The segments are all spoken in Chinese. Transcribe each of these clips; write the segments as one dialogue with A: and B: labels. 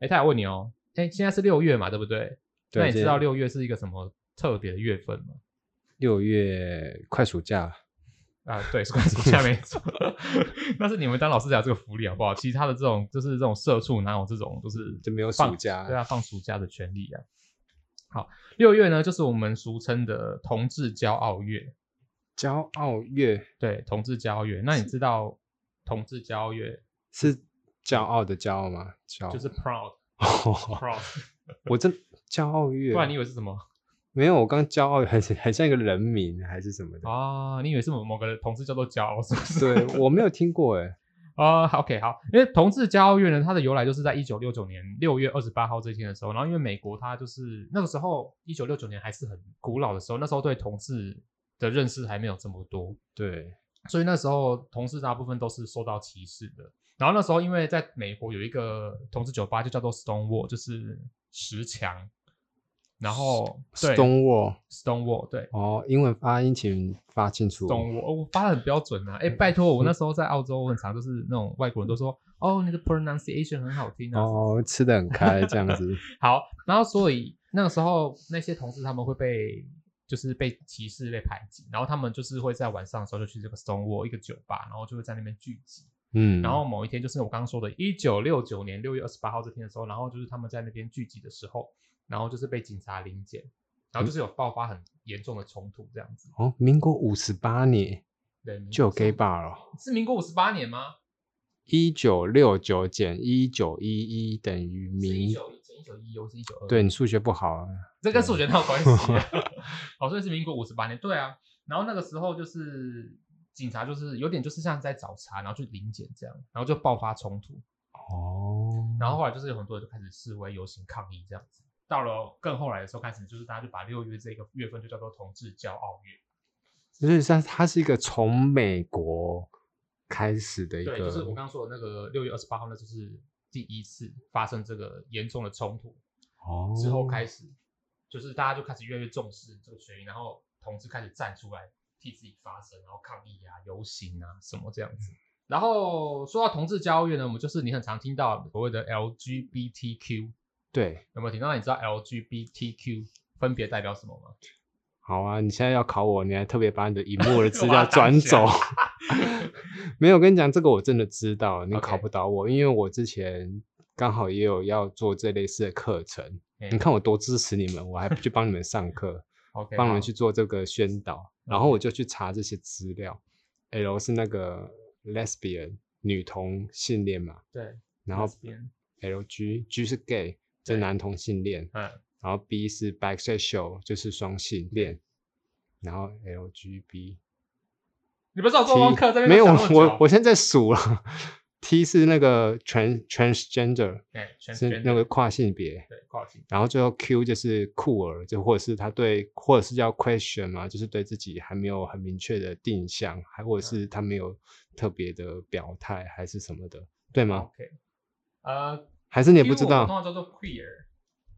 A: 哎，他想问你哦，哎，现在是六月嘛，对不对？
B: 对
A: 那你
B: 这
A: 知道六月是一个什么特别的月份吗？
B: 六月快暑假了，
A: 啊，对，是关暑假没错。 但是你们当老师讲这个福利好不好？其他的这种就是这种社畜哪有这种就是
B: 就没有
A: 放
B: 暑假
A: 对啊，放暑假的权利啊。好，六月呢，就是我们俗称的同志骄傲月。
B: 骄傲月
A: 对，同志骄傲月。那你知道同志骄傲月
B: 是骄傲的骄傲吗？骄傲
A: 嗯就是 proud
B: 哦
A: proud，
B: 我真骄傲月，
A: 不然你以为是什么
B: 没有？我刚骄傲很很像一个人名还是什么的？
A: 啊？你以为是某某个同志叫做骄傲是不是？
B: 对我没有听 过哎，
A: 啊、好 o k 好，因为同志骄傲月呢，它的由来就是在一九六九年六月二十八号这一天的时候，然后因为美国它就是那个时候一九六九年还是很古老的时候，那时候对同志的认识还没有这么多，
B: 对，
A: 所以那时候同志大部分都是受到歧视的。然后那时候因为在美国有一个同志酒吧就叫做 Stone Wall，就是石墙，然后对
B: Stone Wall
A: Stone Wall 对。
B: 哦，英文发音请发清楚。
A: 懂我，我发的很标准啊！哎，
B: 嗯
A: 拜托，我那时候在澳洲，我很常就是那种外国人都说，哦，你的 pronunciation 很好听啊，
B: 哦，吃的很开这样子，
A: 好，然后所以那个时候那些同事他们会被就是被歧视、被排挤，然后他们就是会在晚上的时候就去这个 Stone Wall 一个酒吧，然后就会在那边聚集。
B: 嗯，
A: 然后某一天就是我刚刚说的，一九六九年六月二十八号这天的时候，然后就是他们在那边聚集的时候，然后就是被警察临检，然后就是有爆发很严重的冲突这样子。
B: 哦，民国五十八年
A: 对，民
B: 就有
A: 国
B: gay bar 了，
A: 是民国五十八年吗？
B: 一九六九减一九一一等于
A: 是一
B: 民。
A: 九一一九一，又是一九二。
B: 对你数学不好啊，
A: 这跟数学哪有关系、 啊？哦，所以是民国五十八年，对啊。然后那个时候就是警察，就是有点就是像在找茬，然后去临检这样，然后就爆发冲突。
B: 哦，
A: 然后后来就是有很多人就开始示威、游行、抗议这样子。到了更后来的时候，开始就是大家就把六月这个月份就叫做同志骄傲月，
B: 就是它它是一个从美国开始的一个，
A: 对，就是我刚刚说的那个六月二十八号，那就是第一次发生这个严重的冲突
B: 哦
A: 之后开始，就是大家就开始越来越重视这个学运，然后同志开始站出来替自己发声，然后抗议啊、游行啊什么这样子。然后说到同志交月呢，我们就是你很常听到所谓的 LGBTQ，
B: 对，
A: 有没有听到？那你知道 LGBTQ 分别代表什么吗？
B: 好啊，你现在要考我，你还特别把你的荧幕的资
A: 我把它挡
B: 料转
A: 起来
B: 走，没有，我跟你讲这个我真的知道，你
A: OK
B: 考不倒我，因为我之前刚好也有要做这类似的课程，
A: 哎
B: 你看我多支持你们，我还去帮你们上 课，
A: ，OK，
B: 帮你
A: 好
B: 们
A: 嗯
B: 去做这个宣导，然后我就去查这些资料，L 是那个 lesbian 女同性恋嘛，
A: 对，
B: 然后
A: 这边
B: L G G 是 gay，
A: 对
B: 是男同性恋，
A: 嗯，
B: 然后 B 是 bisexual，就是双性恋，然后 L G B
A: 你不是有做功课在那边
B: 没有
A: 讲那么久
B: 我我现在在数了，T 是那个 trans transgender，
A: 哎，全
B: 是
A: 全
B: 那个跨性别，
A: 对跨性
B: 然后最后 Q 就是酷儿，就或者是他对或者是叫 question 嘛，就是对自己还没有很明确的定向，还或
A: 啊
B: 者是他没有特别的表态还是什么的，对吗？
A: ，OK，呃，
B: 还是你也
A: 哦因
B: 不
A: 为
B: 知
A: 我
B: 道
A: 通常叫做 queer。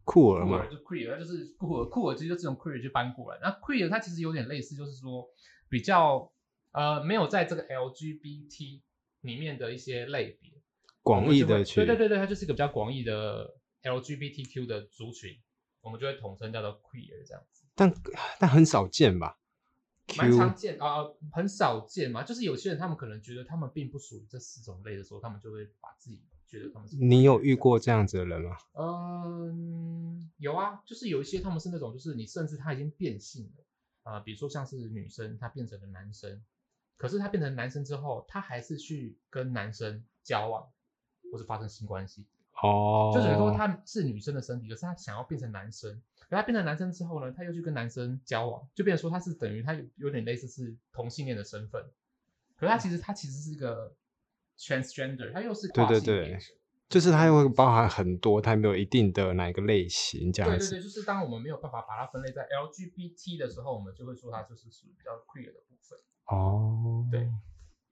B: 酷儿
A: 酷
B: 嘛
A: 儿？就 queer，它就是酷儿，酷儿其实就是从 queer 去搬过来。那 queer 它其实有点类似，就是说比较呃没有在这个 LGBT 里面的一些类别我
B: 广
A: 们
B: 义
A: 就会
B: 的去
A: 对对对对，它就是一个比较广义的 LGBTQ 的族群，我们就会统称叫做 queer 这样子，
B: 但但很少见吧
A: 蛮常
B: ？Q
A: 见啊、很少见嘛。就是有些人他们可能觉得他们并不属于这四种类的时候，他们就会把自己觉得他们是。
B: 你有遇？过这样子的人吗？
A: 嗯，有啊，就是有一些他们是那种，就是你甚至他已经变性了，啊、比如说像是女生，她变成了男生，可是她变成男生之后，她还是去跟男生交往，或是发生性关系，
B: 哦，
A: 就等于说她是女生的身体，可是她想要变成男生，可她变成男生之后呢，她又去跟男生交往，就变成说她是等于她有有点类似是同性恋的身份，可是
B: 嗯
A: 她其实她其实是一个 transgender，她又是
B: 对
A: 跨
B: 对
A: 性别
B: 对
A: 者
B: 就是它会包含很多，它没有一定的哪一个类型这
A: 对
B: 样
A: 对
B: 子。
A: 对，就是当我们没有办法把它分类在 LGBT 的时候，我们就会说它就是属于比较 queer 的部分。
B: 哦，
A: 对，啊，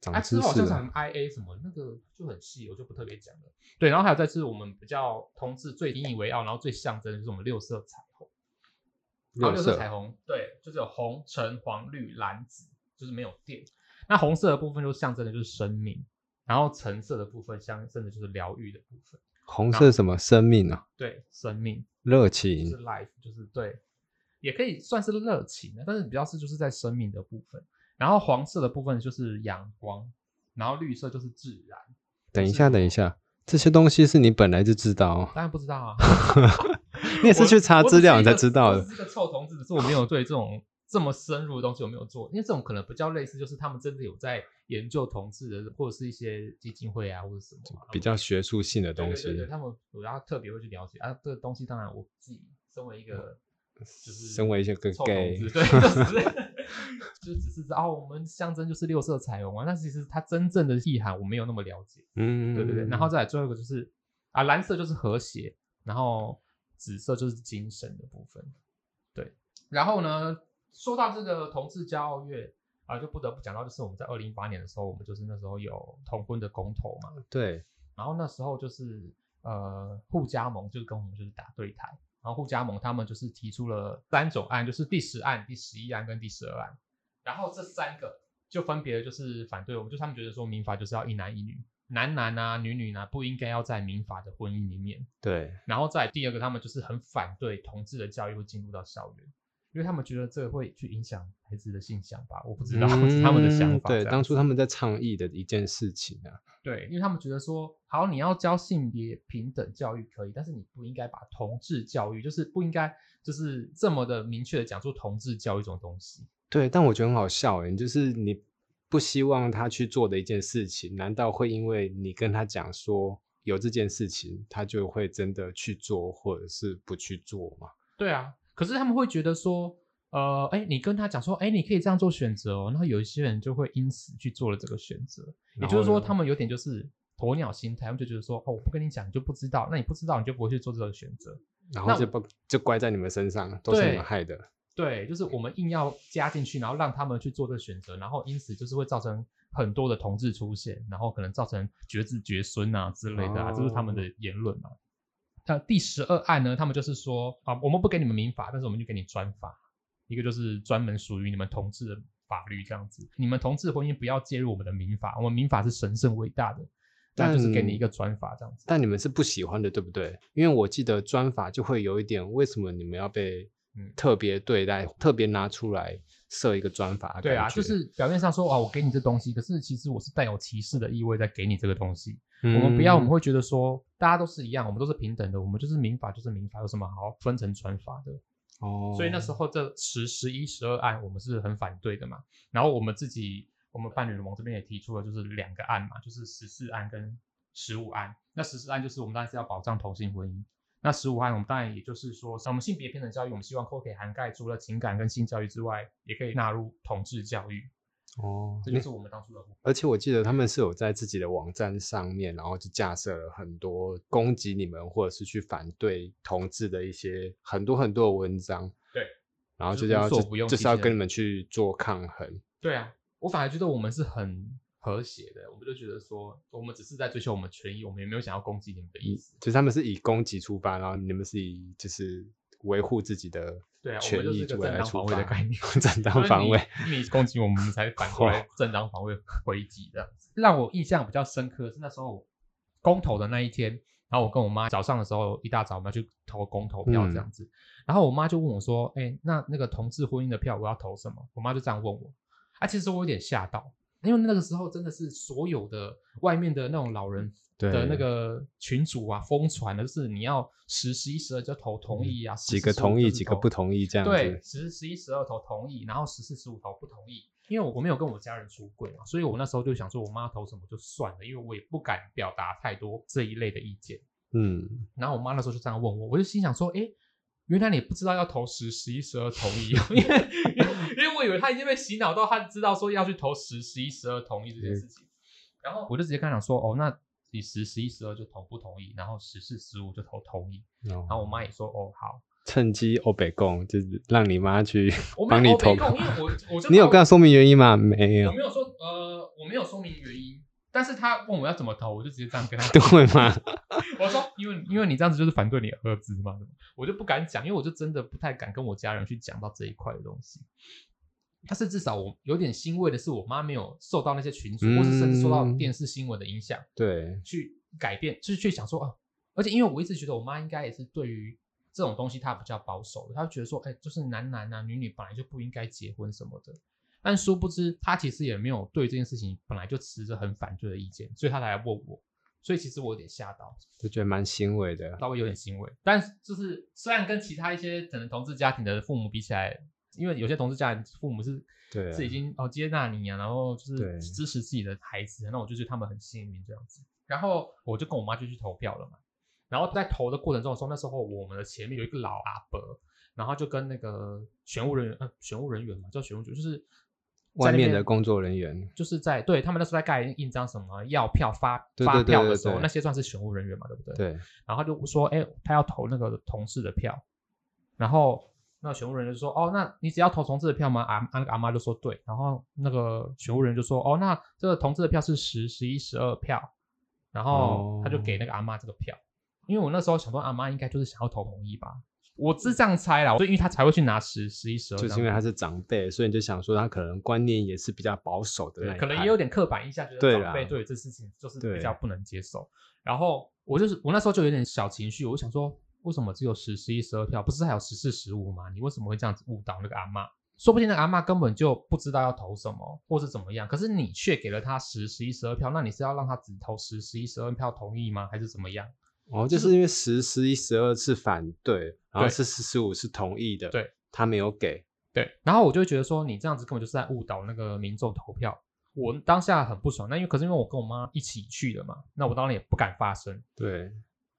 B: 长
A: 之
B: 知
A: 后好
B: 识
A: 像
B: 了。
A: 什么 IA 什么那个就很细，我就不特别讲了。对，然后还有再是我们比较同志最引以为傲，然后最象征的就是我们六色彩虹。然后六色彩虹，对，就是有红、橙、黄、绿、蓝、紫，就是没有电。那红色的部分就象征的就是生命，然后橙色的部分象征的就是疗愈的部分。
B: 红色什么生命啊，
A: 对，生命
B: 热
A: 就
B: 情
A: 是 life，就是对，也可以算是热情的，但是比较是就是在生命的部分。然后黄色的部分就是阳光，然后绿色就是自然。
B: 等一下，等一下，这些东西是你本来就知道哦，
A: 当然不知道啊，
B: 你也是
A: 我
B: 去查
A: 我只
B: 资料
A: 是
B: 你
A: 一
B: 才
A: 个
B: 知道
A: 我
B: 的
A: 只。是个臭童子，只是我没有对这种这么深入的东西我没有做，因为这种可能比较类似，就是他们真的有在研究同志的，或者是一些基金会啊，或者什么啊
B: 比较学术性的
A: 对
B: 东
A: 对
B: 西
A: 对，对他们我要特别会去了解啊。这个东西当然我自己身为一
B: 嗯
A: 个就是
B: 身为一个
A: 臭
B: gay
A: 童子对，就只是 就只是知道哦，我们象征就是六色彩虹啊，但是其实它真正的意涵我没有那么了解。
B: 嗯，
A: 对对对，然后再来最后一个就是啊，蓝色就是和谐，然后紫色就是精神的部分。对，然后呢，说到这个同志骄傲月啊，就不得不讲到就是我们在二零一八年的时候，我们就是那时候有同婚的公投嘛，
B: 对，
A: 然后那时候就是呃，互加盟就是跟我们就是打对台，然后互加盟他们就是提出了三种案，就是第十案、第十一案跟第十二案，然后这三个就分别就是反对我们，就他们觉得说民法就是要一男一女，男男啊、女女啊不应该要在民法的婚姻里面，
B: 对，
A: 然后再来第二个，他们就是很反对同志的教育会进入到校园。因为他们觉得这个会去影响孩子的性向吧，我不知道、 是他们的想
B: 嗯
A: 法这样
B: 对，
A: 子。
B: 当初他们在倡议的一件事情啊，
A: 对，因为他们觉得说，好，你要教性别平等教育可以，但是你不应该把同志教育，就是不应该就是这么的明确的讲出同志教育这种东西。
B: 对，但我觉得很好笑哎，就是你不希望他去做的一件事情，难道会因为你跟他讲说有这件事情，他就会真的去做，或者是不去做吗？
A: 对啊，可是他们会觉得说，呃，哎，你跟他讲说，哎，你可以这样做选择哦，然后有一些人就会因此去做了这个选择，也
B: 然
A: 就是
B: 后
A: 说，
B: 呢
A: 他们有点就是鸵鸟心态，他们就觉得说，哦，我不跟你讲，你就不知道，那你不知道，你就不会去做这个选择。
B: 然
A: 那
B: 后就不就怪在你们身上，都是你
A: 对
B: 们害的。
A: 对，就是我们硬要加进去，然后让他们去做这个选择，然后因此就是会造成很多的同志出现，然后可能造成绝子绝孙啊之类的啊，这是他们的言论嘛。那第十二案呢，他们就是说啊，我们不给你们民法，但是我们就给你专法，一个就是专门属于你们同志的法律这样子。你们同志婚姻不要介入我们的民法，我们民法是神圣伟大的，但就是给你一个专法这样子。
B: 但你们是不喜欢的，对不对？因为我记得专法就会有一点，为什么你们要被
A: 嗯
B: 特别对待，特别拿出来设一个专法的
A: 对啊，
B: 感觉
A: 就是表面上说啊，我给你这东西，可是其实我是带有歧视的意味在给你这个东西。我们不要，我们
B: 嗯
A: 会觉得说大家都是一样，我们都是平等的，我们就是民法就是民法，有什么好分成传法的？
B: 哦，
A: 所以那时候这十、十一、十二案，我们是很反对的嘛。然后我们自己，我们伴侣盟这边也提出了，就是两个案嘛，就是十四案跟十五案。那十四案就是我们当然是要保障同性婚姻，那十五案我们当然也就是说，我们性别平等教育，我们希望可以涵盖除了情感跟性教育之外，也可以纳入统治教育，
B: 哦，
A: 这就是我们当初的目标。
B: 而且我记得他们是有在自己的网站上面，然后就架设了很多攻击你们或者是去反对同志的一些很多很多的文章。
A: 对，
B: 然后
A: 就
B: 就是是要
A: 无所
B: 就
A: 不用
B: 就
A: 其
B: 是要
A: 极
B: 跟
A: 的
B: 你们去做抗衡。
A: 对啊，我反而觉得我们是很和谐的，我们就觉得说，我们只是在追求我们的权益，我们也没有想要攻击你们的意思。
B: 就是他们是以攻击出发，然后你们是以就是维护自己的
A: 对啊，我
B: 权
A: 们就是一
B: 益
A: 个
B: 作
A: 正
B: 为来
A: 当
B: 出
A: 防
B: 发，
A: 卫的概念
B: 正当嗯防卫。
A: 就是你，你攻击我们，我们才反过 来正当防卫回击这样子。让我印象比较深刻的是那时候公投的那一天，然后我跟我妈早上的时候一大早我们要去投公投
B: 嗯
A: 票这样子，然后我妈就问我说：“哎、那那个同志婚姻的票我要投什么？”我妈就这样问我，啊，其实我有点吓到。因为那个时候真的是所有的外面的那种老人
B: 对
A: 的那个群主啊，疯传的就是你要十、十一、十二就投同意啊，
B: 嗯几
A: 10
B: 个
A: 15
B: 同
A: 就
B: 意，
A: 是
B: 几个
A: 投
B: 不同意，这样
A: 对，
B: 子。
A: 十十一十二头同意，然后十四十五头不同意，因为我我没有跟我家人出柜嘛，所以我那时候就想说，我妈投什么就算了，因为我也不敢表达太多这一类的意见。
B: 嗯，
A: 然后我妈那时候就这样问我，我就心想说，哎，原来你不知道要投十、十一、十二同意哦，因为因为我以为她已经被洗脑到她知道说要去投十、十一、十二同意这件事情，然后我就直接跟她讲说，哦，那你十、十一、十二就投不同意，然后十四、十五就投同意，
B: 然
A: 然后我妈也说，哦，好，
B: 趁机欧北共，就是让你妈去
A: 我没有
B: 帮你
A: 我没
B: 投
A: 空
B: 票。
A: 因为我我就
B: 你有
A: 把我
B: 跟她说明原因吗？ 没
A: 我
B: 有，
A: 没有说 呃，我没有说明原因，但是他问我要怎么投，我就直接这样跟 他
B: 对吗？
A: 我说，因为因为你这样子就是反对你儿子嘛，我就不敢讲，因为我就真的不太敢跟我家人去讲到这一块的东西。但是至少我有点欣慰的是，我妈没有受到那些群主，或是甚至受到
B: 嗯
A: 电视新闻的影响，
B: 对，
A: 去改变，就是去想说啊，而且因为我一直觉得我妈应该也是对于这种东西她比较保守的，她觉得说，哎、就是男男啊女女本来就不应该结婚什么的。但殊不知她其实也没有对这件事情本来就持着很反对的意见，所以她才来问我。所以其实我有点吓到，
B: 就觉得蛮欣慰的。
A: 稍微有点欣慰。但是就是虽然跟其他一些可能同志家庭的父母比起来，因为有些同志家庭父母是
B: 对啊，
A: 是已经哦接纳你啊，然后就
B: 对
A: 是支持自己的孩子，那我就觉得他们很幸运这样子。然后我就跟我妈就去投票了嘛。然后在投的过程中的时候，那时候我们的前面有一个老阿伯，然后就跟那个选务人员，呃，选务人员嘛，叫选务局，就是
B: 外面的
A: 工。
B: 工作人员，
A: 就是在对他们那时候在盖印章什么要票发
B: 对
A: 发
B: 对对
A: 票
B: 对
A: 的时候，
B: 对
A: 那些算是选务人员嘛，对不对？。
B: 对，
A: 然后他就说，哎、他要投那个同事的票，然后那选务人员就说，哦，那你只要投同志的票吗？阿、啊、那个阿妈就说对，然后那个选务人员就说，哦，那这个同志的票是十、十一、十二票，然
B: 哦
A: 后他就给那个阿妈这个票，因为我那时候想说阿妈应该就是想要投同意吧，我是这样猜啦，所以因为他才会去拿十、十一、十二，
B: 就是因为他是长辈，所以你就想说他可能观念也是比较保守的那
A: 对，
B: 一
A: 可能
B: 派
A: 也有点刻板印象，觉
B: 对
A: 得
B: 啦
A: 长辈对于这事情就是
B: 对
A: 比较不能接受。然后我就是我那时候就有点小情绪，我就想说，为什么只有十、十一、十二票，不是还有十四、十五吗？你为什么会这样子误导那个阿嬷？说不定那个阿嬷根本就不知道要投什么，或是怎么样。可是你却给了她十、十一、十二票，那你是要让她只投十、十一、十二票同意吗？还是怎么样？
B: 哦，就是因为十、十一、十二是反对，然后
A: 对
B: 是十、十五是同意的，
A: 对，
B: 他没有给，
A: 对，然后我就会觉得说，你这样子根本就是在误导那个民众投票。我当下很不爽，那因为可是因为我跟我妈一起去的嘛，那我当然也不敢发声。
B: 对，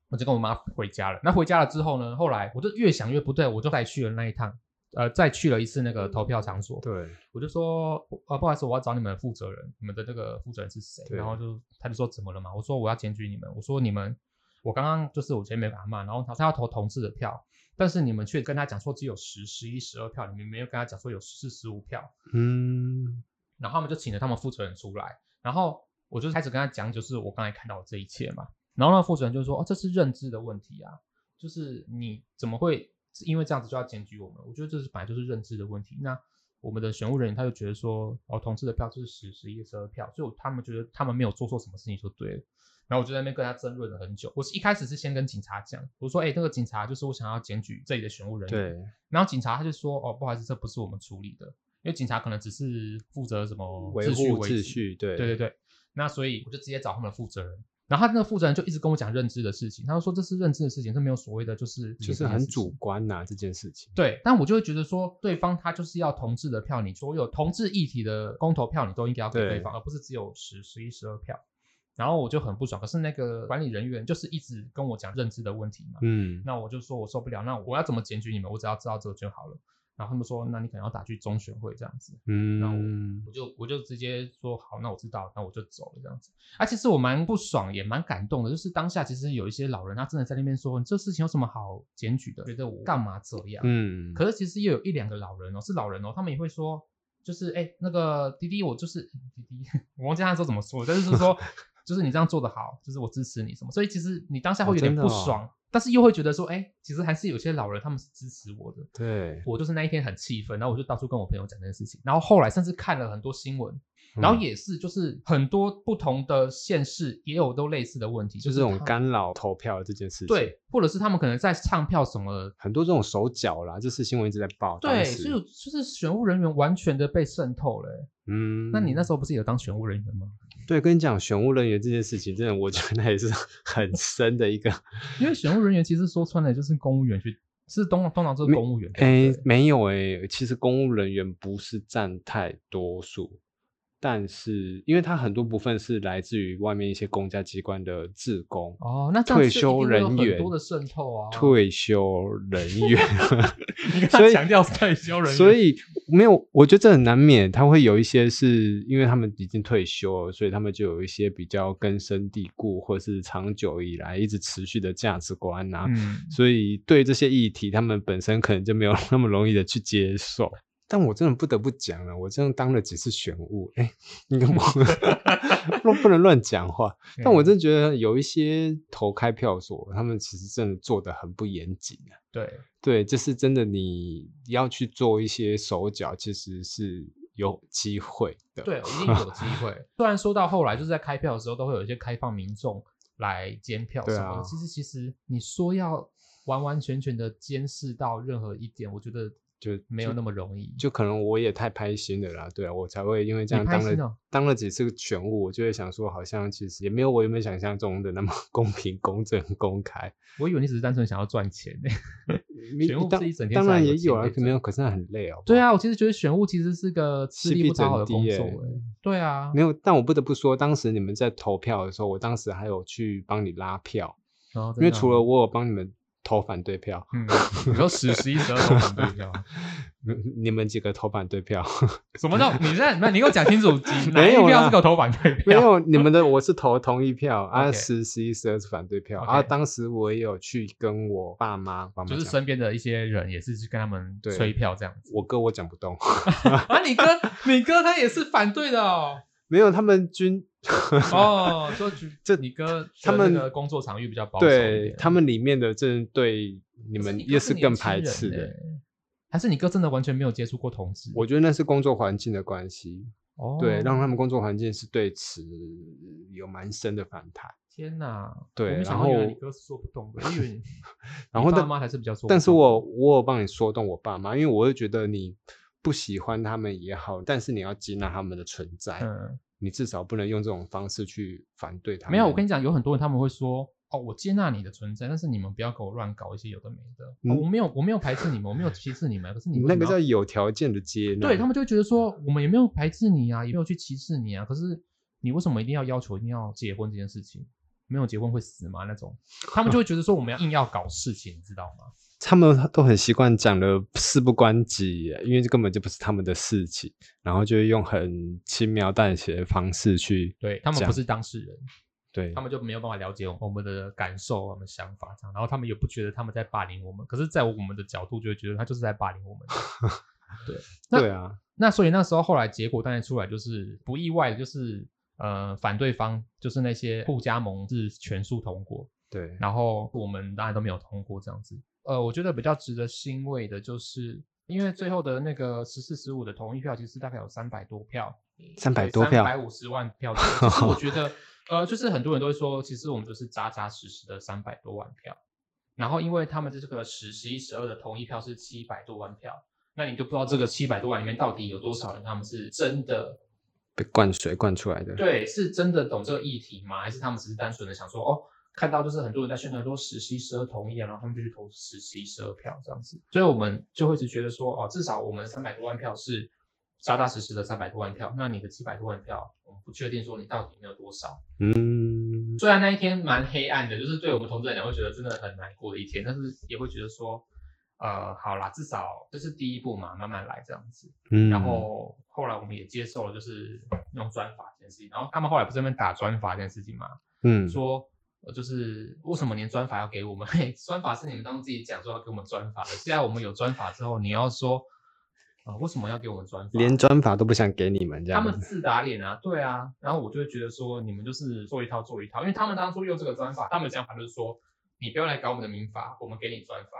A: 我就跟我妈回家了。那回家了之后呢，后来我就越想越不对，我就再去了那一趟，呃，再去了一次那个投票场所。
B: 对，
A: 我就说，呃，不好意思，我要找你们的负责人，你们的那个负责人是谁？
B: 对
A: 然后就他就说怎么了嘛？我说我要检举你们，我说你们，我刚刚就是我前面把他骂，然后他他要投同志的票，但是你们却跟他讲说只有十、十一、十二票，你们没有跟他讲说有十四、十五票。
B: 嗯，
A: 然后他们就请了他们负责人出来，然后我就开始跟他讲，就是我刚才看到的这一切嘛。然后那负责人就说：“哦，这是认知的问题啊，就是你怎么会因为这样子就要检举我们？我觉得这是本来就是认知的问题。那我们的选务人员他就觉得说，哦，同事的票就是十、十一、十二票，所以他们觉得他们没有做错什么事情就对了。然后我就在那边跟他争论了很久。我是一开始是先跟警察讲，我说：“哎、那个警察就是我想要检举这里的选务人员。”
B: 对，
A: 然后警察他就说：“哦，不好意思，这不是我们处理的，因为警察可能只是负责什么
B: 维
A: 秩序
B: 护
A: 维
B: 秩
A: 持。
B: 序，对，
A: 对对对，那所以我就直接找他们的负责人。然后他那个负责人就一直跟我讲认知的事情，他就说这是认知的事情，这没有所谓的，就是
B: 就是很主。观呐、这件事情，
A: 对，但我就会觉得说，对方他就是要同志的票，你所有同志议题的公投票，你都应该要给
B: 对
A: 对方，而不是只有十、十一、十二票。然后我就很不爽，可是那个管理人员就是一直跟我讲认知的问题嘛，
B: 嗯，
A: 那我就说我受不了，那我要怎么检举你们？我只要知道这个就好了。然后他们说，那你可能要打去中选会这样子。那
B: 嗯，
A: 我就我就直接说好，那我知道，那我就走了这样子。啊，其实我蛮不爽，也蛮感动的，就是当下其实有一些老人，他真的在那边说，你这事情有什么好检举的？觉得我干嘛这样？
B: 嗯，
A: 可是其实也有一两个老人哦，是老人哦，他们也会说，就是哎、那个滴滴，我就是滴滴， 我忘记他说怎么说了，但是就是 说，就是你这样做的好，就是我支持你什么。所以其实你当下会有点
B: 哦真的
A: 不
B: 哦
A: 爽，但是又会觉得说，哎、其实还是有些老人他们是支持我的。
B: 对，
A: 我就是那一天很气愤，然后我就到处跟我朋友讲这件事情，然后后来甚至看了很多新闻，然后
B: 嗯
A: 也是就是很多不同的县市也有都类似的问题，
B: 嗯就是这种
A: 他
B: 干扰投票这件事情，，
A: 对，或者是他们可能在唱票什么
B: 很多这种手脚啦，这是新闻一直在报，当
A: 对，
B: 时
A: 所以就是选务人员完全的被渗透了欸、
B: 嗯，
A: 那你那时候不是有当选务人员吗？
B: 对，跟你讲，选务人员这件事情，真的，我觉得那也是很深的一个。
A: 因为选务人员其实说穿了就是公务员去，是通通常就是公务员。
B: 哎
A: 对不对，
B: 没有哎，其实公务人员不是占太多数，但是因为他很多部分是来自于外面一些公家机关的职工、
A: 哦，那这样
B: 退
A: 就一
B: 休
A: 定会有
B: 人员
A: 很多的渗透啊。，
B: 退休人员
A: 你跟
B: 所
A: 他
B: 以
A: 强调是退休人员，
B: 所以没有，我觉得这很难免，他会有一些是因为他们已经退休了，所以他们就有一些比较根深蒂固，或是长久以来一直持续的价值观啊，
A: 嗯，
B: 所以对这些议题，他们本身可能就没有那么容易的去接受。但我真的不得不讲了，我真的当了几次选务，哎，你 干嘛？不不能乱讲话。 但我
A: 这
B: 真的觉得有一些投开票所，他们其实真的做的很不严谨啊。
A: 对
B: 对，就是真的你要去做一些手脚，其实是有机会的。
A: 对，一定有机会。虽然说到后来就是在开票的时候都会有一些开放民众来监票
B: 对
A: 什么的。
B: 啊
A: 其实其实你说要完完全全的监视到任何一点，我觉得
B: 就
A: 没有那么容易。
B: 就可能我也太拍心了啦，对啊，我才会因为这
A: 你
B: 样
A: 拍
B: 当了、
A: 心哦
B: 当了几次选务，我就会想说，好像其实也没有我原本想象中的那么 公平、公正、 公开。
A: 我以为你只是单纯想要赚钱欸呢、
B: 你
A: 选务
B: 当
A: 是一整天
B: 当
A: 下来
B: 然
A: 有
B: 也
A: 钱
B: 有啊
A: 可以，
B: 没
A: 赚
B: 有，可是很累哦。
A: 对
B: 啊，
A: 啊，我其实觉得选务其实是个吃
B: 吃
A: 力
B: 力
A: 不讨
B: 整
A: 好的工
B: 低
A: 作、
B: 耶
A: 欸。对啊，
B: 没有。但我不得不说，当时你们在投票的时候，我当时还有去帮你拉票，
A: 然后
B: 因为除了 我有帮你们投反对票，
A: 嗯，你说十、十一、十二都反对票，
B: 你们几个投反对票，
A: 什么叫你在？那你给我讲清 楚，哪
B: 没
A: 一
B: 有
A: 票
B: 啦
A: 是给我投反对
B: 没
A: 票？
B: 有，你们的我是投同意票啊，
A: OK
B: 十、十一、十二是反对票
A: OK
B: 啊。当时我也有去跟我爸妈，爸妈
A: 就是
B: 讲
A: 身边的一些人也是去跟他们
B: 对
A: 吹票这样子。
B: 我哥我讲不动，
A: 啊，你哥，你哥他也是反对的哦。
B: 没有他们军，
A: 哦，说举
B: 这
A: 你哥
B: 他们
A: 的工作场域比较保守一
B: 对
A: 点，
B: 他们里面的正对你
A: 可是
B: 们
A: 你哥
B: 也
A: 是
B: 更
A: 年轻
B: 排
A: 人
B: 斥的。
A: 欸还是你哥真的完全没有接触过同志？
B: 我觉得那是工作环境的关系，
A: 哦，
B: 对，让他们工作环境是对此有蛮深的反弹。
A: 天哪，
B: 对
A: 我没想
B: 然
A: 到原来
B: 后
A: 你哥是做不动 的，我以为你
B: 然
A: 你
B: 后
A: 爸
B: 但
A: 妈还是比较做不动的，
B: 但是我我有帮你说动我爸妈，因为我会觉得你不喜欢他们也好，但是你要接纳他们的存在，
A: 嗯。
B: 你至少不能用这种方式去反对他们。
A: 没有，我跟你
B: 你
A: 讲，有很多人他们会说，哦，我接纳你的存在，但是你们不要给我乱搞一些有的没的。哦
B: 嗯
A: 我没有，我没有排斥你们，我没有歧视你们，可是你为
B: 那
A: 什
B: 个
A: 么要
B: 叫有条件的接纳，
A: 对他们就会觉得说，我们也没有排斥你啊，也没有去歧视你啊，可是你为什么一定要要求一定要结婚这件事情？没有结婚会死吗？那种，他们就会觉得说我们要硬要搞事情，你知道吗？
B: 他们都很习惯讲的事不关己，因为这根本就不是他们的事情，然后就会用很轻描淡写的方式去
A: 对他们
B: 这
A: 不
B: 样
A: 是当事人，
B: 对
A: 他们就没有办法了解我们的感受、我们的想法这样，然后他们也不觉得他们在霸凌我们，可是，在我们的角度就会觉得他就是在霸凌我们。那
B: 对啊，
A: 那所以那时候后来结果当然出来就是不意外的，就是呃反对方就是那些不加盟是全数通过，
B: 对，
A: 然后我们当然都没有通过这样子。呃，我觉得比较值得欣慰的就是，因为最后的那个十四十五的同意票其实大概有三百多票，
B: 300多
A: 三
B: 票
A: 百五十万票左右。其实我觉得，呃，就是很多人都会说，其实我们就是扎扎实实的三百多万票。然后因为他们这个十、十一、十二的同意票是七百多万票，那你就不知道这个七百多万里面到底有多少人他们是真的
B: 被灌水灌出来的，
A: 对，是真的懂这个议题吗？还是他们只是单纯的想说，哦，看到就是很多人在宣传说十、十一、十二同意啊，然后他们就去投十、十一、十二票这样子，所以我们就会一直觉得说，哦，至少我们三百多万票是扎扎实实的三百多万票，那你的七百多万票，我们不确定说你到底有没有多少。
B: 嗯，
A: 虽然那一天蛮黑暗的，就是对我们同志来讲会觉得真的很难过的一天，但是也会觉得说，呃，好啦，至少这是第一步嘛，慢慢来这样子。
B: 嗯
A: 然后后来我们也接受了，就是用专法这件事情。然后他们后来不是在那边打专法这件事情嘛，
B: 嗯，
A: 说呃就是为什么连专法要给我们？ 嘿，专法是你们当初自己讲说要给我们专法的，现在我们有专法之后，你要说啊、为什么要给我们专法？
B: 连专法都不想给你们这
A: 他
B: 样
A: 们
B: 子，
A: 自打脸啊，对啊。然后我就会觉得说，你们就是做一套做一套，因为他们当初用这个专法，他们的想法就是说，你不要来搞我们的民法，我们给你专法。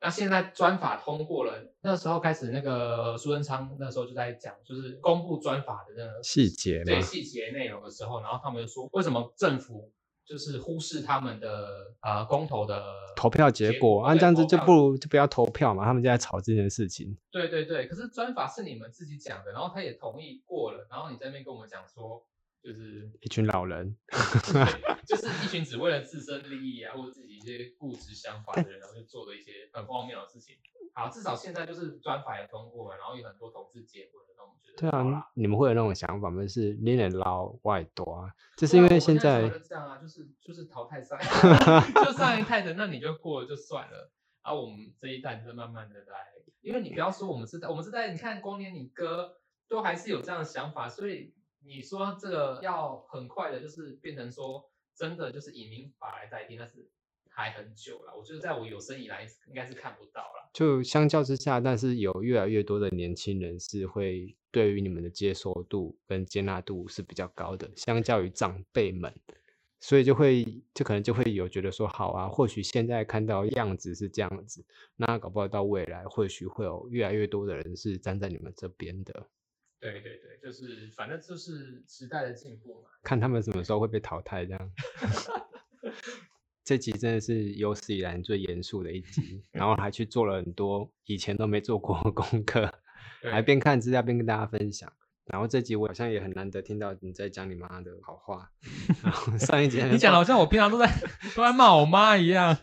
A: 那现在专法通过了，那时候开始那个苏贞昌那时候就在讲，就是公布专法的那个
B: 细节
A: 对
B: 嘛，
A: 细节内容的时候，然后他们就说，为什么政府就是忽视他们的呃公投的
B: 投票结果啊，
A: 对
B: 这样子
A: 投
B: 就
A: 票
B: 不如就不要投票嘛，他们就在吵这件事情，
A: 对对对，可是专法是你们自己讲的，然后他也同意过了，然后你在那边跟我们讲说，就是
B: 一群老人，
A: 就是一群只为了自身利益啊，或者自己一些固执想法的人，然后就做了一些很荒谬的事情。好，至少现在就是专法也通过了，然后有很多同志结婚了，那我们觉得
B: 对
A: 好啦
B: 啊，你们会有那种想法吗？就是你人老外多啊，就
A: 对
B: 是因
A: 啊我
B: 为
A: 们
B: 现
A: 那时
B: 在
A: 候就这样啊，就是就是淘汰赛， 就上一代的那你就过了就算了，啊，我们这一代就慢慢的来，因为你不要说我们是在我们是在你看光年你哥都还是有这样的想法，所以你说这个要很快的，就是变成说真的就是以民法来代替，那是还很久了，我觉得在我有生以来应该是看不到了。
B: 就相较之下，但是有越来越多的年轻人是会对于你们的接受度跟接纳度是比较高的，相较于长辈们，所以就会就可能就会有觉得说，好啊，或许现在看到样子是这样子，那搞不好到未来或许会有越来越多的人是站在你们这边的，
A: 对对对，就是反正就是时代的进步嘛。
B: 看他们什么时候会被淘汰这样。这集真的是有史以来最严肃的一集，然后还去做了很多以前都没做过的功课，
C: 对
B: 还边看资料边跟大家分享。然后这集我好像也很难得听到你在讲你妈的好话。然后上一集
A: 你讲的好像我平常都在都在骂我妈一样。